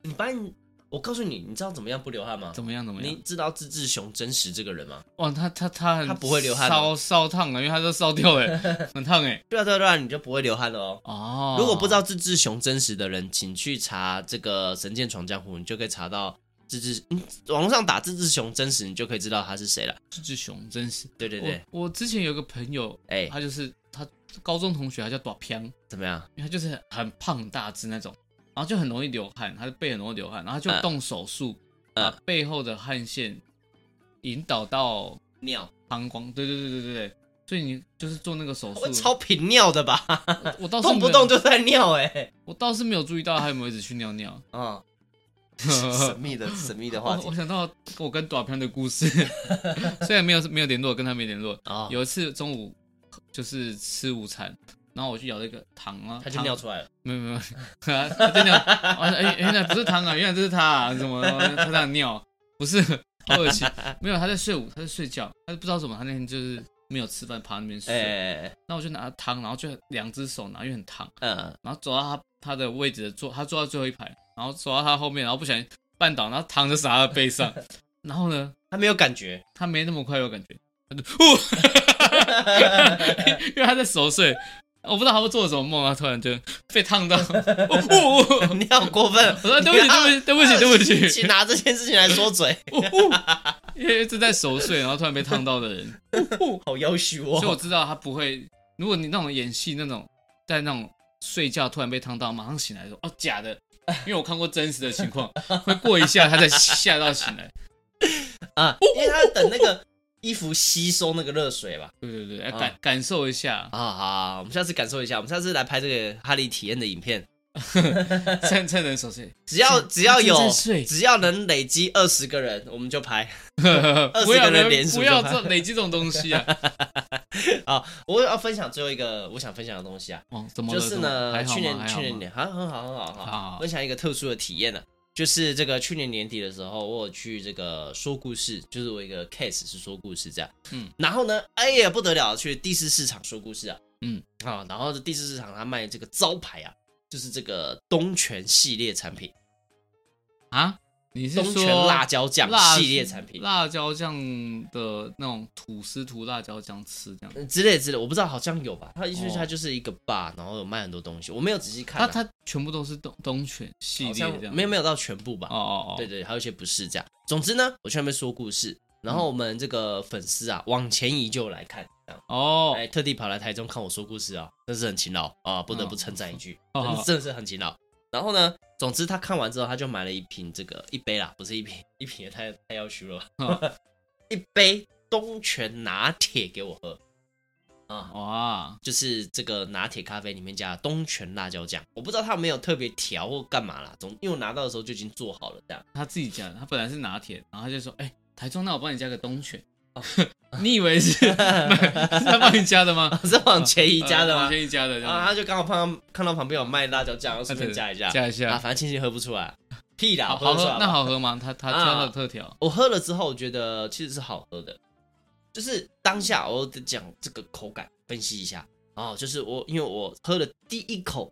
B: 你把你，我告诉你，你知道怎么样不流汗吗？
C: 怎么样怎么
B: 你
C: 样？
B: 知道自志雄真实这个人吗？
C: 哇，他他他很
B: 他不会流汗
C: 烧烧烫啊，因为他都烧掉哎，很烫哎。
B: 对啊，对啊，对啊，你就不会流汗了哦。
C: 哦，
B: 如果不知道自志雄真实的人，请去查这个《神剑闯江湖》，你就可以查到自志，嗯，网络上打自志雄真实，你就可以知道他是谁了。
C: 这只熊真是，
B: 对对对，
C: 我我之前有个朋友，
B: 哎、
C: 他就是他高中同学，他叫短飘，因
B: 怎么样？
C: 为他就是很胖很大只那种，然后就很容易流汗，他的背很容易流汗，然后他就
B: 嗯
C: 动手术、
B: 嗯
C: 把背后的汗腺引导到
B: 尿
C: 膀胱，对对对对对对，所以你就是做那个手
B: 会
C: 术，
B: 超频尿的吧？
C: 我我倒是
B: 动不
C: 没有
B: 动就在尿哎、
C: 我倒是没有注意到他有没有一直去尿尿。 哦
B: 啊、神秘的神秘的话
C: 我
B: 题
C: 我想到我跟短飘的故事， 虽然没有没有联络，跟他没联络，
B: 啊，
C: 有一次中午就是吃午餐，然后我去咬了一个糖啊，
B: 他就
C: 糖
B: 尿出来了。
C: 没有没有，他他就尿，我说哎原来不是糖啊，原来这是他、啊，怎么他在尿？不是，好恶心，没有他在睡午，他在睡觉，他不知道怎么，他那天就是没有吃饭，趴那边
B: 哎、
C: 睡。那、我就拿汤，然后就两只手拿，因为很烫，
B: 嗯，
C: 然后走到他他的位置的坐，他坐到最后一排，然后走到他后面，然后不小心绊倒，然后糖就洒到他背上，然后呢，
B: 他没有感 觉，
C: 他没那么快有感觉，他就呼，因为他在熟睡，我不知道他会做了什么梦，他突然就被烫到，呜呜呜
B: 你好过分！
C: 我说对不起，对不起，对不起，对不起，
B: 请拿这件事情来说嘴，
C: 因为正在熟睡，然后突然被烫到的人，
B: 好要求
C: 所以我
B: 哦。
C: 知道他不会。如果你那种演戏那种，在那种睡觉突然被烫到，马上醒来说哦假的，因为我看过真实的情况，会过一下他才吓到醒来。
B: 啊，因为他等那个衣服吸收那个热水吧。
C: 对对对，哎感感受一 下，
B: 啊，好，我们下次感受一下，我们下次来拍这个哈利体验的影片，
C: 趁趁人熟睡，
B: 只要只要有
C: 正在睡
B: 只要能累积二十个人，我们就拍。20
C: 不要
B: 个人连数
C: 不要
B: 就
C: 这累积这种东西 啊！
B: 我要分享最后一个我想分享的东西啊，
C: 哦，怎么
B: 就
C: 了
B: 是
C: 怎么了
B: 呢，
C: 还好
B: 去
C: 吗
B: 年
C: 还好
B: 去
C: 吗
B: 年年啊，很好很好很
C: 好
B: 好，
C: 好
B: 分享一个特殊的体验呢、就是这个去年年底的时候，我有去这个说故事，就是我一个 case 是说故事这样，
C: 嗯，
B: 然后呢，哎呀不得了，去第四市场说故事啊，
C: 嗯
B: 啊，然后这第四市场他卖这个招牌啊，就是这个东泉系列产品，
C: 啊？你是
B: 东
C: 说
B: 泉辣椒酱
C: 辣
B: 系列产品。
C: 辣椒酱的那种吐司涂辣椒酱吃这样。
B: 嗯之类之类，我不知道，好像有吧。它就是
C: 哦
B: 它就是一个 bar，然后有卖很多东西，我没有仔细看
C: 它
B: 啊、
C: 它全部都是东东泉系
B: 好
C: 列这
B: 像
C: 样，
B: 没有没有到全部吧。
C: 哦哦哦，
B: 对对，还有一些不是这样。总之呢，我去那边说故事，然后我们这个粉丝啊，往前移就来看，这样
C: 哦，
B: 哎，特地跑来台中看我说故事啊，真是很勤劳啊，不得不称赞一句，
C: 哦
B: 真
C: 哦
B: 真的是很勤劳。然后呢，总之他看完之后，他就买了一瓶这个一杯啦，不是一瓶， 一瓶也太太要虚了吧，
C: 哦
B: 一杯东泉拿铁给我喝啊。
C: 哇，
B: 就是这个拿铁咖啡里面加的东泉辣椒酱，我不知道他有没有特别调或干嘛啦，总因为我拿到 的时候就已经做好了这样。
C: 他自己加的，他本来是拿铁，然后他就说，哎，台中那我帮你加个东泉，
B: 哦
C: 你以为是 是他帮你加的吗？
B: 是往前移加的
C: 呃往
B: 吗？
C: 前一家的这样
B: 啊，他就刚好碰到看到旁边有卖辣椒酱，顺便加一下，
C: 加一下
B: 啊，反正清醒喝不出来，屁啦，
C: 好
B: 我喝
C: 好
B: 得出
C: 喝
B: 来，
C: 那
B: 吧。
C: 好喝吗？他他
B: 啊
C: 挑的特调，
B: 我喝了之后，我觉得其实是好喝的，就是当下我得讲这个口感分析一下哦，就是我因为我喝了第一口，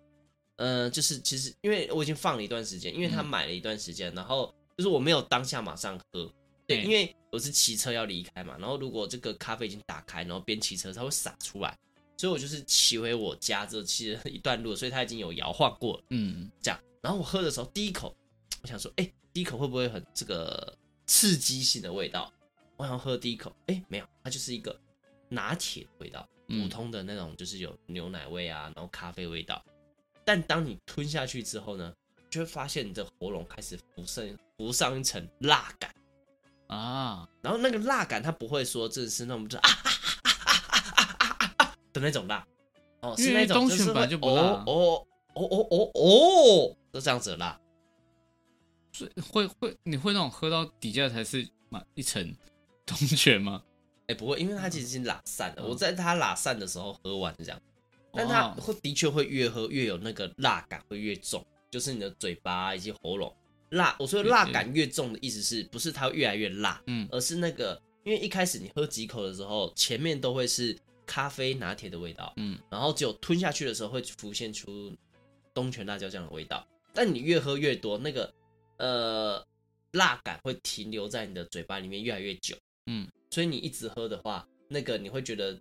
B: 呃，就是其实因为我已经放了一段时间，因为他
C: 嗯
B: 买了一段时间，然后就是我没有当下马上喝，对，
C: 嗯
B: 因为我是骑车要离开嘛，然后如果这个咖啡已经打开，然后边骑车它会洒出来，所以我就是骑回我家之后骑了一段路，所以它已经有摇晃过了。
C: 嗯，
B: 这样。然后我喝的时候，第一口，我想说，哎、第一口会不会很这个刺激性的味道？我想喝第一口，哎、没有，它就是一个拿铁的味道，
C: 嗯
B: 普通的那种，就是有牛奶味啊，然后咖啡味道。但当你吞下去之后呢，就会发现你的喉咙开始浮上浮上一层辣感，
C: 啊，
B: 然后那个辣感它不会说真的是那种就啊啊啊啊啊啊啊啊啊的那种辣，哦，是
C: 因为
B: 那种
C: 东
B: 就是
C: 西本来
B: 会
C: 就不辣
B: 哦
C: 啊
B: 哦哦哦哦哦，就这样子的辣。
C: 所以会会你会那种喝到底价才是满一层东泉吗？
B: 哎、不会，因为它其实已经拉散了。
C: 嗯
B: 我在它拉散的时候喝完这样，但它
C: 哦
B: 会的确会越喝越有那个辣感，会越重，就是你的嘴巴以及喉咙辣。我说的辣感越重的意思是不是它越来越辣，
C: 嗯
B: 而是那个因为一开始你喝几口的时候，前面都会是咖啡拿铁的味道，
C: 嗯，
B: 然后只有吞下去的时候会浮现出东泉辣椒酱的味道。但你越喝越多，那个呃辣感会停留在你的嘴巴里面越来越久。
C: 嗯，
B: 所以你一直喝的话，那个你会觉得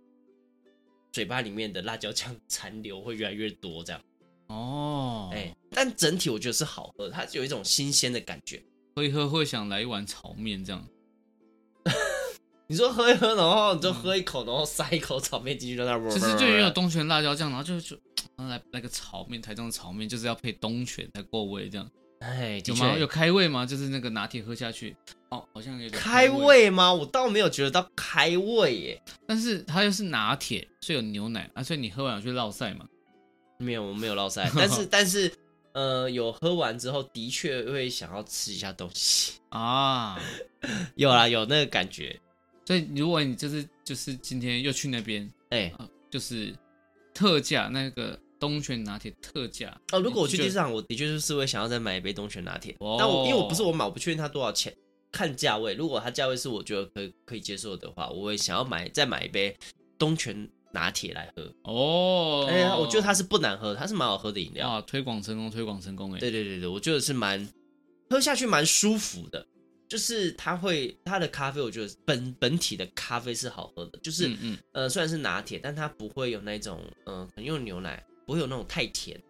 B: 嘴巴里面的辣椒酱残留会越来越多，这样。
C: 哦，
B: 哎、但整体我觉得是好喝，它有一种新鲜的感觉。
C: 喝一喝会想来一碗炒面这样，
B: 你说喝一喝，然后你就喝一口，然后塞一口炒面进去，就在那。
C: 嗯其实就也有东泉辣椒酱，然后就就啊来来个炒面，台中的炒面就是要配东泉才够味这样，
B: 哎，的
C: 有吗？
B: 确
C: 有开胃吗？就是那个拿铁喝下去，哦，好像有点
B: 开
C: 胃，
B: 胃吗？我倒没有觉得到开胃耶，
C: 但是它又是拿铁，所以有牛奶啊，所以你喝完有去落塞嘛？
B: 没有，我没有落 腮，但是但是。呃，有喝完之后的确会想要吃一下东西，
C: 啊，
B: 有啦，有那个感觉，
C: 所以如果你就是就是今天又去那边，
B: 哎、
C: 就是特价那个东泉拿铁特价
B: 哦，如果我去
C: 就
B: 第四场，我的确就是会想要再买一杯东泉拿铁，
C: 哦
B: 但我因为我不是我买，我不确定它多少钱，看价位。如果它价位是我觉得可以可以接受的话，我会想要买再买一杯东泉拿铁来喝。
C: 哦。
B: 哎、呀，我觉得它是不难喝，它是蛮好喝的饮料。
C: 哇，推广成功，推广成功哎。
B: 对对对对，我觉得是蛮喝下去蛮舒服的，就是它会它的咖啡，我觉得本本体的咖啡是好喝的，就是、
C: 嗯嗯，
B: 呃虽然是拿铁，但它不会有那种嗯、呃可能用牛奶不会有那种太甜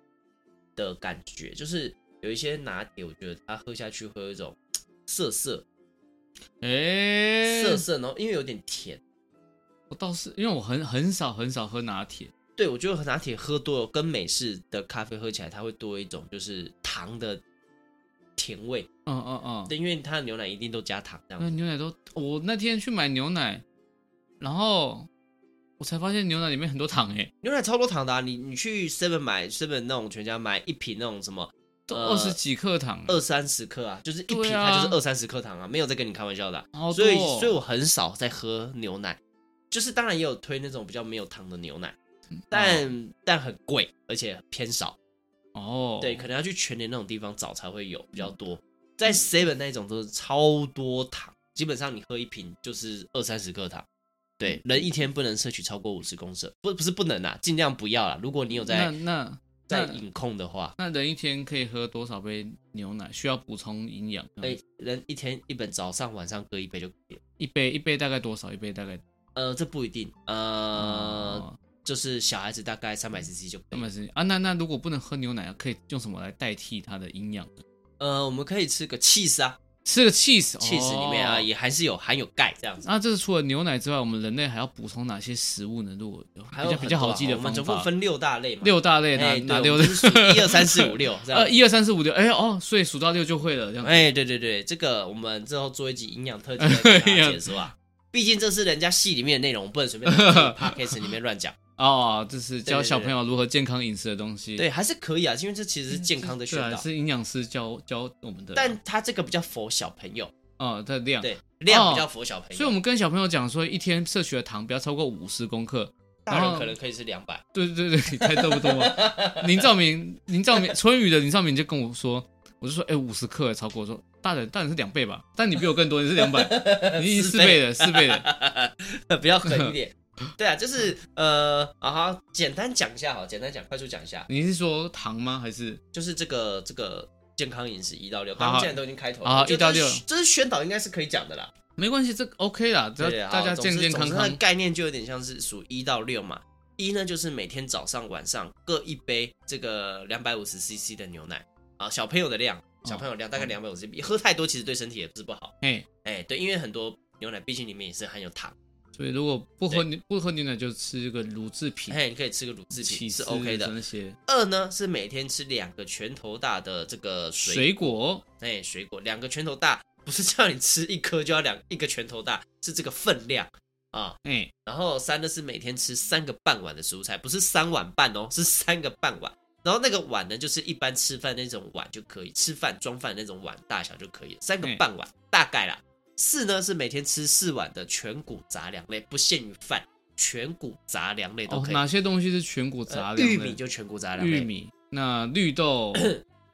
B: 的感觉，就是有一些拿铁，我觉得它喝下去会有一种嘖涩涩
C: 嗯哎，
B: 涩涩，然后因为有点甜。
C: 我倒是因为我很很少很少喝拿铁，
B: 对，我觉得拿铁喝多了跟美式的咖啡喝起来，它会多一种就是糖的甜味。
C: 嗯嗯嗯，
B: 对，因为它的牛奶一定都加糖这样
C: 那
B: 子。
C: 牛奶都，我那天去买牛奶，然后我才发现牛奶里面很多糖哎，
B: 牛奶超多糖的、啊，你你去 seven 买 seven 那种全家买一瓶那种什么
C: 都
B: 呃
C: 二十几克糖，
B: 二三十克啊，就是一瓶
C: 嗯对啊
B: 它就是二三十克糖啊，没有在跟你开玩笑的啊、
C: 好多
B: 所
C: 哦
B: 以，所以我很少在喝牛奶，就是当然也有推那种比较没有糖的牛奶，
C: 嗯
B: 但、但很贵，而且偏少。
C: 哦，嗯
B: 对，可能要去全年那种地方找才会有比较多，在 Seven 那一种都是超多糖，基本上你喝一瓶就是二三十克糖。对，
C: 嗯
B: 人一天不能摄取超过五十公升，不不是不能啊，尽量不要啦。如果你有
C: 那
B: 在
C: 那
B: 在
C: 那
B: 饮控的话，
C: 那人一天可以喝多少杯牛奶？需要补充营养？
B: 哎、人一天一本早上晚上各一杯就可以了。
C: 一杯一杯大概多少？一杯大概
B: 呃，这不一定，呃，
C: 哦嗯
B: 就是小孩子大概三百 CC 就可以
C: 那
B: 了。
C: 么是啊，那那如果不能喝牛奶，可以用什么来代替它的营养？
B: 呃，我们可以吃个 cheese 啊
C: 吃个哦 cheese，cheese、
B: ，cheese 里面啊、也还是有含有钙这样子，
C: 那这是除了牛奶之外，我们人类还要补充哪些食物呢？如果有比
B: 还有
C: 较比较
B: 很多
C: 好
B: 啊
C: 记的
B: 我们
C: 方
B: 总共
C: 法，
B: 分六大类嘛，
C: 六大类哪
B: 哎
C: 哪
B: 对
C: 六
B: 我
C: 类
B: 们？就是数一二三四 五六这样
C: 呃，。一二三四五六，哎哦，所以数到六就会了，这样。
B: 哎，对对对，这个我们之后做一集营养特辑来跟大家解 说啊。毕竟这是人家戏里面的内容，我不能随便拿这个 podcast 里面乱讲。
C: 哦，这是教
B: 对对
C: 小朋友如何健康饮食的东西。
B: 对，还是可以啊，因为这其实是
C: 嗯
B: 健康的
C: 对
B: 宣
C: 啊
B: 导。
C: 是营养师教教我们的。
B: 但他这个比较佛小朋友，
C: 哦，它的量。
B: 对，量比较符合小朋友，
C: 哦所以我们跟小朋友讲说，一天摄取的糖不要超过五十公克。
B: 大
C: 然
B: 人
C: 后
B: 可能可以是两百。
C: 对对对，你猜对不对嘛？林兆明，林兆明，春雨的林兆明就跟我说，我就说，哎，五十克耶超过，我说大人，大人是两倍吧？但你比我更多，你是两 百，你已经
B: 四
C: 四
B: 倍
C: 倍了，四倍了。
B: 比较狠一
C: 哦
B: 点。对啊，就是呃啊，好，简单讲一下哈，简单讲，快速讲一下，
C: 你是说糖吗？还是
B: 就是这个这个健康饮食一到六，
C: 好
B: 刚刚既然都已经开头了，
C: 好
B: 我觉得
C: 一到
B: 这是
C: 六
B: 这是宣导应该是可以讲的啦。
C: 没关系，这个 OK 啦，只要
B: 对啊，
C: 大家
B: 总之
C: 健健康
B: 总之它的
C: 康。
B: 概念就有点像是属一到六嘛。一呢就是每天早上晚上各一杯这个两百五十 CC 的牛奶啊，小朋友的
C: 哦
B: 量，小朋友量
C: 嗯
B: 大概两百五十，喝太多其实对身体也不是不好。
C: 哎，
B: 哎，对，因为很多牛奶毕竟里面也是含有糖，
C: 所以如果不喝牛不喝牛奶，就吃这个乳制品、
B: 哎，你可以吃个乳制
C: 起
B: 品
C: 司
B: 是 OK 的。
C: 那些
B: 二呢是每天吃两个拳头大的这个水，
C: 水果。
B: 哎、水果两个拳头大，不是叫你吃一颗就要两一个拳头大，是这个分量啊。
C: 哎，
B: 然后三呢是每天吃三个半碗的蔬菜，不是三碗半哦，是三个半碗。然后那个碗呢，就是一般吃饭那种碗就可以，吃饭装饭那种碗大小就可以了，三个
C: 嗯
B: 半碗、大概啦。四呢是每天吃四碗的全谷杂粮类，不限于饭，全谷杂粮类都
C: 哦，
B: 可以。
C: 哪些东西是全谷杂
B: 呃
C: 粮
B: 玉
C: 的？
B: 米就全谷杂粮类，
C: 玉米，那绿豆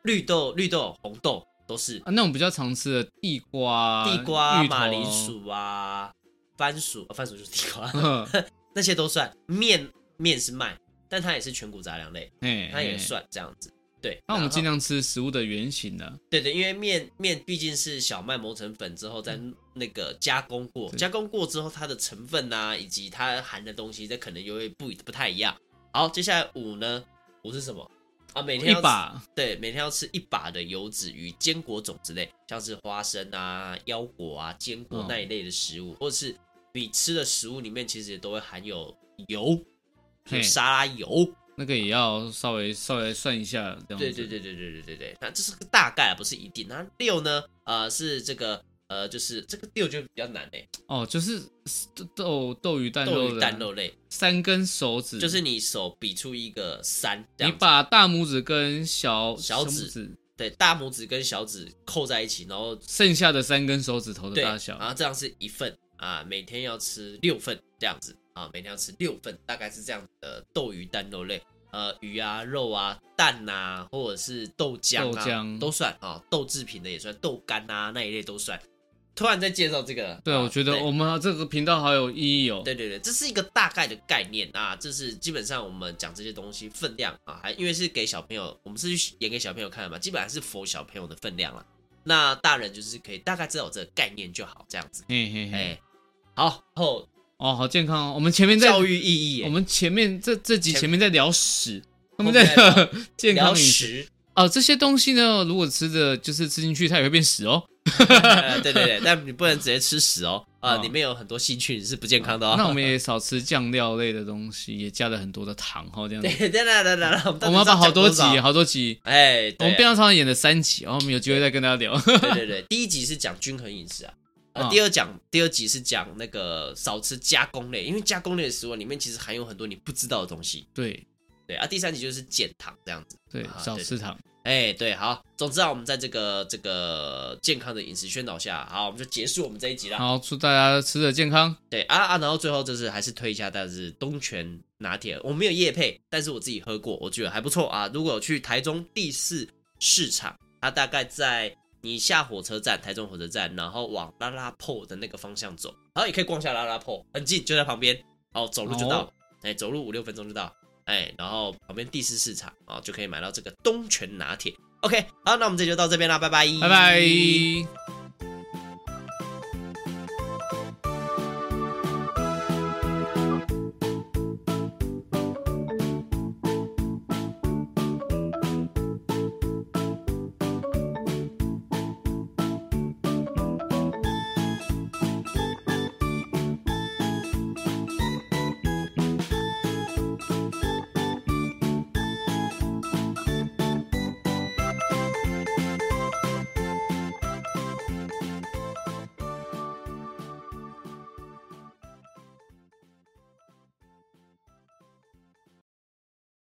B: 绿豆、绿豆、红豆都是
C: 啊，那我们比较常吃的地瓜、
B: 地瓜、
C: 啊芋头
B: 马铃。薯啊、番薯，哦番薯就是地 瓜，
C: 呵
B: 那些都算。面面是麦，但它也是全谷杂粮类，
C: 哎，
B: 它也
C: 哎。
B: 算这样子。对，
C: 那我们尽
B: 量
C: 量吃食物的原型的，
B: 对对，因为面面毕竟是小麦磨成粉之后再
C: 嗯
B: 那个加工过，
C: 对
B: 加工过之后它的成分呐、以及它含的东西，这可能又会不不太一样。好，接下来五呢？五是什么？啊，每天
C: 一
B: 要吃
C: 把
B: 对，每天要吃一把的油脂与坚果种子类，像是花生啊、腰果啊、坚果
C: 嗯
B: 那一类的食物，或者是你吃的食物里面其实也都会含有油，有
C: 嘿
B: 沙拉油。
C: 那个也要稍微稍微算一下，这样子。
B: 对对对对对对对对，那这是个大概啊，不是一定。那六呢？呃，是这个呃，就是这个六就比较难嘞、
C: 哦，就是豆豆鱼蛋
B: 豆
C: 肉
B: 与
C: 的
B: 蛋肉类，
C: 三根手指，
B: 就是你手比出一个三，这
C: 你
B: 样子
C: 把大拇指跟小
B: 小
C: 拇
B: 指对大拇指跟小指扣在一起，然后
C: 剩下的三根手指头的
B: 对，
C: 大小
B: 然，后这样是一份啊，每天要吃六份这样子啊，每天要吃六份，大概是这样子的豆鱼蛋肉类，呃，鱼啊、肉啊、蛋啊，或者是豆浆啊，
C: 豆浆
B: 都算啊，豆制品的也算，豆干啊那一类都算。突然在介绍这个，
C: 对，
B: 啊
C: 我觉得我们这个频道好有意义哦。
B: 对对对，这是一个大概的概念啊，这是基本上我们讲这些东西分量啊，还因为是给小朋友，我们是去演给小朋友看的嘛，基本上是否小朋友的分量了。那大人就是可以大概知道有这个概念就好，这样子。
C: 嘿嘿嘿，
B: 哎，好，后
C: 哦，好健康哦。我们前面在
B: 教育意义，哎
C: 我们前面这这集
B: 前
C: 前面在聊屎，我们
B: 后
C: 在
B: 面在聊
C: 健康
B: 聊
C: 饮食
B: 食，
C: 哦。这些东西呢，如果吃着就是吃进去，它也会变屎哦。
B: 对对对，但你不能直接吃屎哦，啊，
C: 哦
B: 里面有很多细菌是不健康的哦。
C: 那我们也少吃酱料类的东西，也加了很多的糖哦，这样子
B: 对。对对对对，我们
C: 我
B: 到底
C: 们要把
B: 是
C: 好
B: 讲
C: 多
B: 多
C: 集
B: 少，
C: 好多集，
B: 哎，
C: 我
B: 对
C: 们变常常演了三集，然后我们有机会再跟大家聊。
B: 对对对，第一集是讲均衡饮食啊。呃，
C: 嗯
B: 第二讲第二集是讲那个少吃加工类，因为加工类的食物里面其实含有很多你不知道的东西。
C: 对
B: 对啊，第三集就是减糖这样子。
C: 对
B: 啊，
C: 少
B: 对
C: 吃糖。
B: 哎，对，好，总之啊，我们在这个这个健康的饮食宣导下，好，我们就结束我们这一集啦。
C: 好，祝大家吃的健康。
B: 对啊啊，然后最后就是还是推一下，但是东泉拿铁我没有夜配，但是我自己喝过，我觉得还不错啊。如果有去台中第四市场，它大概在你下火车站，台中火车站，然后往拉拉破的那个方向走，然后也可以逛下拉拉破，很近，就在旁边，哦，走路就到
C: 哦，
B: 哎、走路五六分钟就到，哎，然后旁边第四市场啊、哦就可以买到这个东泉拿铁。OK，好，那我们这集就到这边啦，拜拜，
C: 拜拜。